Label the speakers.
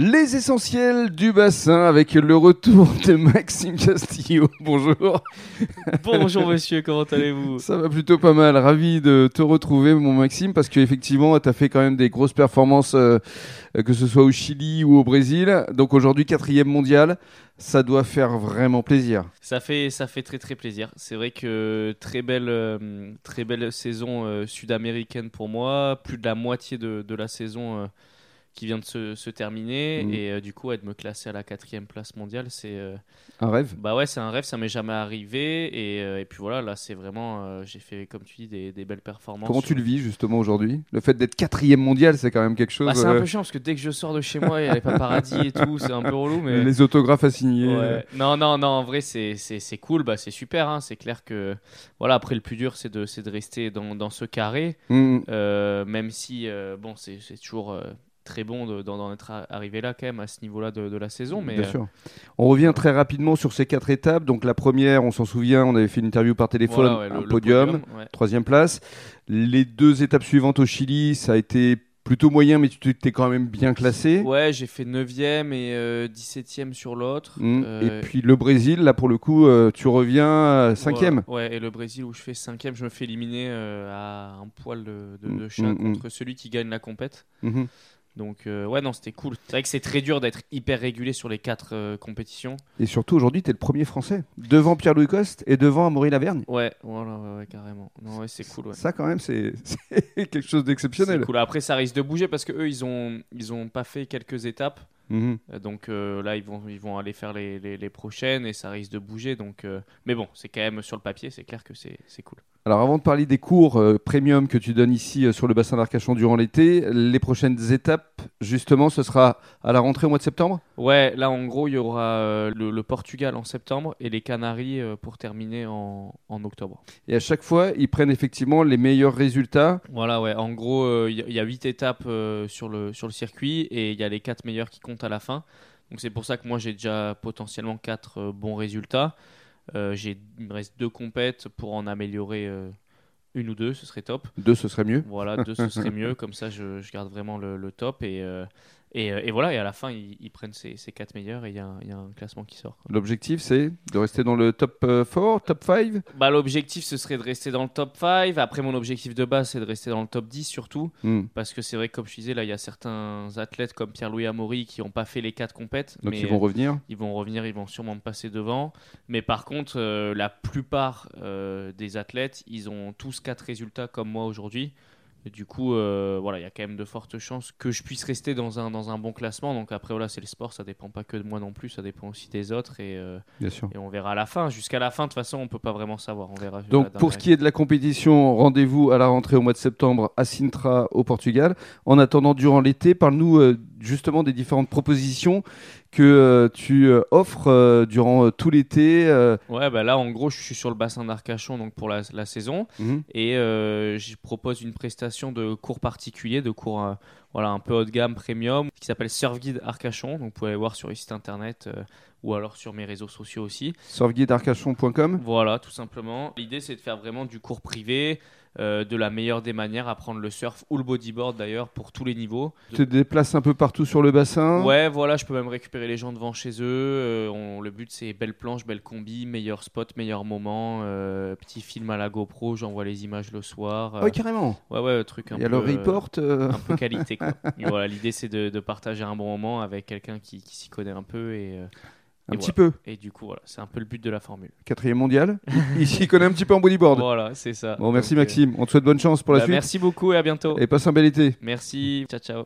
Speaker 1: Les essentiels du bassin avec le retour de Maxime Castillo. Bonjour.
Speaker 2: Bonjour monsieur, comment allez-vous
Speaker 1: Ça va plutôt pas mal. Ravi de te retrouver, mon Maxime, parce qu'effectivement, tu as fait quand même des grosses performances, euh, que ce soit au Chili ou au Brésil. Donc aujourd'hui, quatrième mondial. Ça doit faire vraiment plaisir.
Speaker 2: Ça fait, ça fait très très plaisir. C'est vrai que très belle, euh, très belle saison euh, sud-américaine pour moi. Plus de la moitié de, de la saison euh, qui vient de se, se terminer.
Speaker 1: Mhm.
Speaker 2: Et euh, du coup, être me classer à la quatrième place mondiale, c'est euh,
Speaker 1: Un rêve.
Speaker 2: bah ouais, c'est un rêve, ça m'est jamais arrivé. Et, euh, et puis voilà, là c'est vraiment, euh, j'ai fait comme tu dis des, des belles performances.
Speaker 1: Comment tu le vis justement aujourd'hui Le fait d'être quatrième mondial, c'est quand même quelque chose.
Speaker 2: Bah, c'est un
Speaker 1: euh,
Speaker 2: peu chiant parce que dès que je sors de chez moi, il y a les paparazzis et tout, c'est un peu relou. Mais
Speaker 1: Les autographes à signer.
Speaker 2: Ouais. Non, non, non, en vrai, c'est- c'est c'est cool, bah, c'est super. hein, C'est clair que, voilà, après, le plus dur, c'est de, c'est de rester dans, dans ce carré,
Speaker 1: Mm.
Speaker 2: euh, même si, euh, bon, c'est c'est toujours euh, très bon de- d'en d'en être a- arrivé là, quand même, à ce niveau-là de, de la saison. Mais,
Speaker 1: Bien
Speaker 2: euh,
Speaker 1: sûr. On revient très rapidement sur ces quatre étapes. Donc la première, on s'en souvient, on avait fait une interview par téléphone,
Speaker 2: voilà, ouais,
Speaker 1: un
Speaker 2: le- le
Speaker 1: podium,
Speaker 2: ouais.
Speaker 1: troisième place. Les deux étapes suivantes au Chili, ça a été plutôt moyen, mais tu t'es quand même bien classé.
Speaker 2: Ouais, j'ai fait 9ème et euh, 17ème sur l'autre.
Speaker 1: Mm.
Speaker 2: euh,
Speaker 1: Et puis le Brésil, là pour le coup, euh, tu reviens euh, cinquième.
Speaker 2: Voilà. Ouais, et le Brésil où je fais cinquième, je me fais éliminer euh, à un poil de, de- de
Speaker 1: Mm,
Speaker 2: chat
Speaker 1: mm, mm.
Speaker 2: contre celui qui gagne la compète.
Speaker 1: Mhm.
Speaker 2: Donc euh, ouais non c'était cool. C'est vrai que c'est très dur d'être hyper régulé sur les quatre euh, compétitions.
Speaker 1: Et surtout aujourd'hui, tu es le premier Français, devant Pierre-Louis Coste et devant Amaury Lavergne.
Speaker 2: Ouais voilà ouais, ouais, carrément. Non ouais c'est cool ouais.
Speaker 1: Ça quand même, c'est c'est quelque chose
Speaker 2: C'est
Speaker 1: d'exceptionnel.
Speaker 2: cool. Après ça risque de bouger parce que eux ils ont ils ont pas fait quelques étapes.
Speaker 1: Mhm.
Speaker 2: Euh, Donc euh, là ils vont ils vont aller faire les, les, les prochaines et ça risque de bouger donc euh, mais bon c'est quand même sur le papier c'est clair que c'est c'est cool.
Speaker 1: Alors avant de parler des cours euh, premium que tu donnes ici euh, sur le bassin d'Arcachon durant l'été, les prochaines étapes, justement, ce sera à la rentrée au mois de septembre
Speaker 2: Ouais là en gros il y aura euh, le, le Portugal en septembre et les Canaries euh, pour terminer en, en octobre.
Speaker 1: et à chaque fois, ils prennent effectivement les meilleurs résultats.
Speaker 2: Voilà, ouais. En gros, euh, il y, a- il y a 8 étapes euh, sur, le, sur le circuit et il y a les 4 meilleurs qui comptent à la fin. Donc c'est pour ça que moi j'ai déjà potentiellement 4 bons résultats. Euh, j'ai, il me reste 2 compètes pour en améliorer euh, une ou deux, ce serait top.
Speaker 1: Deux, ce serait mieux.
Speaker 2: Voilà, deux ce serait mieux, comme ça je, je garde vraiment le, le top. Et, euh, et, euh, et voilà, et à la fin ils, ils prennent ces, ces 4 meilleurs et il y, a un- il y a un classement qui sort. quoi.
Speaker 1: L'objectif, c'est de rester dans le top 4, top 5.
Speaker 2: Bah, l'objectif ce serait de rester dans le top 5. Après, mon objectif de base c'est de rester dans le top 10 surtout.
Speaker 1: Hmm,
Speaker 2: Parce que c'est vrai que, comme je disais, là, il y a certains athlètes comme Pierre-Louis Amaury qui n'ont pas fait les quatre compètes.
Speaker 1: Donc
Speaker 2: mais
Speaker 1: ils vont revenir.
Speaker 2: ils vont revenir, ils vont sûrement me passer devant. Mais par contre, euh, la plupart euh, des athlètes, ils ont tous quatre résultats comme moi aujourd'hui. Et Du coup, euh, voilà, il y a quand même de fortes chances que je puisse rester dans un, dans un bon classement. Donc après, voilà, c'est le sport, ça dépend pas que de moi non plus, ça dépend aussi des autres. Et, euh,
Speaker 1: Bien sûr.
Speaker 2: et on verra à la fin. Jusqu'à la fin, de toute façon, on peut pas vraiment savoir. On verra.
Speaker 1: Donc pour ce qui est de la compétition, rendez-vous à la rentrée au mois de septembre à Sintra au Portugal. En attendant, durant l'été, parle-nous euh, justement des différentes propositions que euh, tu euh, offres euh, durant euh, tout l'été. euh,
Speaker 2: Ouais, bah là, en gros, je suis sur le bassin d'Arcachon donc pour la- la saison.
Speaker 1: hum,
Speaker 2: et euh, je propose une prestation de cours particulier, de cours euh, voilà, un peu haut de gamme, premium, qui s'appelle Surf Guide Arcachon. Donc vous pouvez aller voir sur les sites internet euh, ou alors sur mes réseaux sociaux aussi.
Speaker 1: surfguidearcachon.com.
Speaker 2: Voilà, tout simplement. L'idée, c'est de faire vraiment du cours privé, euh, de la meilleure des manières, apprendre le surf ou le bodyboard d'ailleurs pour tous les niveaux.
Speaker 1: Tu te déplaces un peu partout sur le bassin.
Speaker 2: Ouais, voilà, je peux même récupérer les gens devant chez eux. Euh, on- le but, c'est belle planche, belle combi, meilleur spot, meilleur moment, euh, petit film à la GoPro, j'envoie les images le soir.
Speaker 1: Ah
Speaker 2: euh,
Speaker 1: ouais, carrément.
Speaker 2: Ouais, ouais, truc un
Speaker 1: Il y a
Speaker 2: peu,
Speaker 1: le
Speaker 2: euh,
Speaker 1: report. euh,
Speaker 2: un peu qualité. Quoi. Et voilà, l'idée c'est de, de partager un bon moment avec quelqu'un qui, qui s'y connaît un peu et, euh,
Speaker 1: Un
Speaker 2: et
Speaker 1: petit
Speaker 2: voilà.
Speaker 1: peu.
Speaker 2: et du coup voilà, c'est un peu le but de la formule.
Speaker 1: Quatrième mondial. Il s'y connaît un petit peu en bodyboard.
Speaker 2: Voilà, c'est ça.
Speaker 1: Bon, merci
Speaker 2: Donc, euh,
Speaker 1: Maxime. On te souhaite bonne chance pour la
Speaker 2: bah,
Speaker 1: suite.
Speaker 2: Merci beaucoup et à bientôt.
Speaker 1: Et passe un bel été.
Speaker 2: Merci, ciao ciao.